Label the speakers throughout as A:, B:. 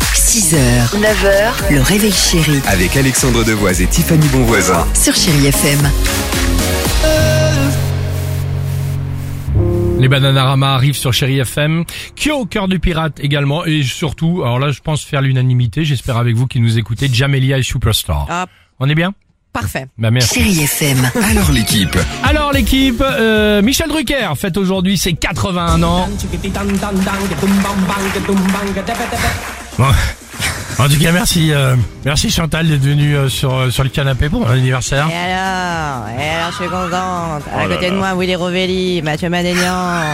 A: 6h, 9h, le réveil chéri
B: Avec Alexandre Devoise et Tiffany Bonvoisin.
A: sur Chéri FM.
C: Les Bananarama arrivent sur Chéri FM, qui est au cœur du pirate également, et surtout, alors là je pense faire l'unanimité, j'espère avec vous qui nous écoutez, Jamelia et Superstar.
D: Ah,
C: On est bien
D: parfait.
C: Bah merci.
A: Chéri FM.
B: Alors l'équipe,
C: Alors l'équipe, euh, Michel Drucker fête aujourd'hui ses 81 ans. Bon. En tout cas merci, euh, merci Chantal d'être venue euh, sur, euh, sur le canapé pour mon anniversaire.
D: Et alors Et alors, je suis contente. À
C: Oh là
D: côté de moi, Willy Rovelli, Mathieu Madénian.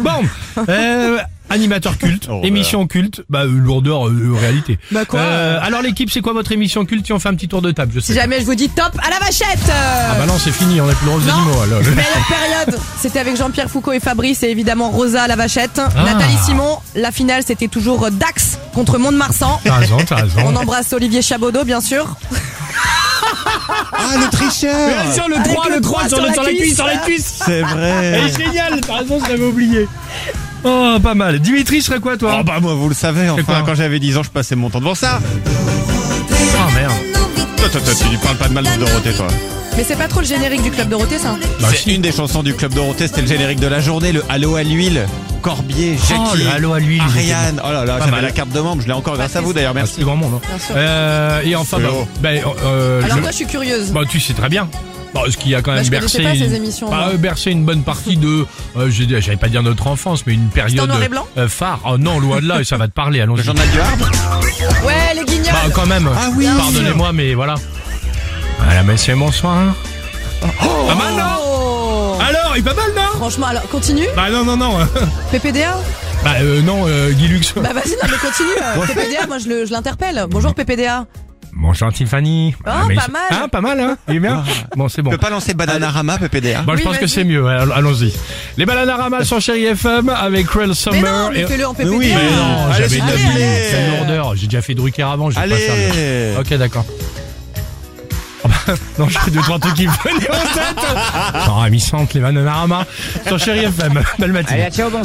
C: Bon, euh, animateur culte, émission culte, bah euh, lourdeur euh, réalité.
D: Bah quoi,
C: Euh, alors l'équipe, c'est quoi votre émission culte Si on fait un petit tour de table, je sais.
D: Si jamais je vous dis top à la vachette euh,
C: Ah bah non, c'est fini, on est plus drôle de
D: Non.
C: animaux. alors.
D: Belle période C'était avec Jean-Pierre Foucault et Fabrice et évidemment Rosa à la vachette.
C: Ah.
D: Nathalie Simon, la finale c'était toujours euh, Dax contre Mont-de-Marsan.
C: T'as raison, t'as raison.
D: On embrasse Olivier Chabaudot bien sûr.
E: Ah, le tricheur
C: Eh, Sur le
D: Avec
C: 3,
D: le
C: le 3,
D: trois
C: sur,
D: sur
C: le-
D: la
C: sur la
D: cuisse. Eh.
C: cuisse, sur la cuisse.
E: C'est vrai
C: Elle est géniale, t'as raison, je l'avais oublié. Oh, pas mal. Dimitri serait quoi, toi
E: Oh bah moi vous le savez,
C: quoi
E: enfin quand j'avais 10 ans je passais mon temps devant ça
C: Ah, merde.
E: Toi, toi, toi, tu lui parles pas de mal de Dorothée toi
D: Mais c'est pas trop le générique du club Dorothée ça
C: Bah,
E: C'est
C: si.
E: une des chansons du Club Dorothée, c'était le générique de la journée, le Halo à l'huile, Corbier,
C: Oh,
E: Jackie,
C: le Halo à l'huile, il était
E: Ariane, oh là là,
C: Pas
E: j'avais
C: mal.
E: la carte de membre, je l'ai encore grâce à vous d'ailleurs,
C: Ah,
E: merci.
C: C'est grand monde. hein.
D: Bien sûr.
C: Euh, et enfin, bah,
E: Oh.
C: bah, euh,
D: Alors
C: je-
D: moi je suis curieuse.
C: bah, tu sais très bien. Bah, ce qui a quand
D: Bah,
C: même
D: je
C: bercé,
D: connaissais pas ces
C: une-
D: émissions,
C: bah,
D: moi.
C: euh, bercé une bonne partie de, euh, je dis- j'allais pas dire notre enfance, mais une période
D: noir et blanc
C: euh, phare. Oh non, loin de là, et ça va te parler.
E: Le
C: Allons-y.
E: journal du Havre
D: Ouais les guignols
C: Bah, quand même.
E: Ah oui.
C: Pardonnez-moi, mais voilà. À la messe et bonsoir. Pas mal, Ah, bah, non
D: Oh.
C: Alors, il est pas mal, non
D: Franchement alors continue
C: ah. Bah non, non, non.
D: PPDA
C: bah euh, non, euh, Guy Lux.
D: Bah vas-y, non mais continue. euh, PPDA, moi je le- je l'interpelle. Bonjour PPDA.
C: Bonjour Tiffany. Ah, mais
D: pas
C: c'est-
D: mal.
C: Ah, pas mal, hein Il est bien Bon, c'est
E: On
C: bon.
E: peut pas lancer Bananarama, PPDA
C: Bon, je
D: Oui,
C: pense que
D: vas-y.
C: c'est mieux, ouais, all- allons-y. Les Balanarama sur Chéri FM avec Cruel
D: Mais
C: Summer.
D: non, mais
C: et-
D: fais-le en PPDA.
E: oui,
C: Mais non,
E: Allez,
C: j'avais
E: s'il
C: une
E: te plaît.
C: quelle lourdeur. J'ai déjà fait Drucker avant, je vais pas
E: Allez
C: faire le- Ok, d'accord. Oh bah, non, j'ai deux, trois trucs qui me venaient en tête. Enramissantes, les Bananarama sur Chéri FM. Belle matinée.
F: streets and the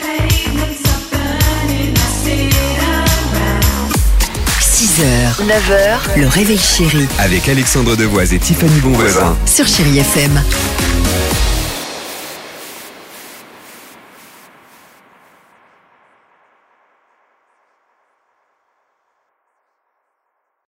F: pavements are burning. I see it around.
A: 6h, 9h, le réveil chéri
B: avec Alexandre Devoise et Tiffany Bonvoisin.
A: sur Chéri FM.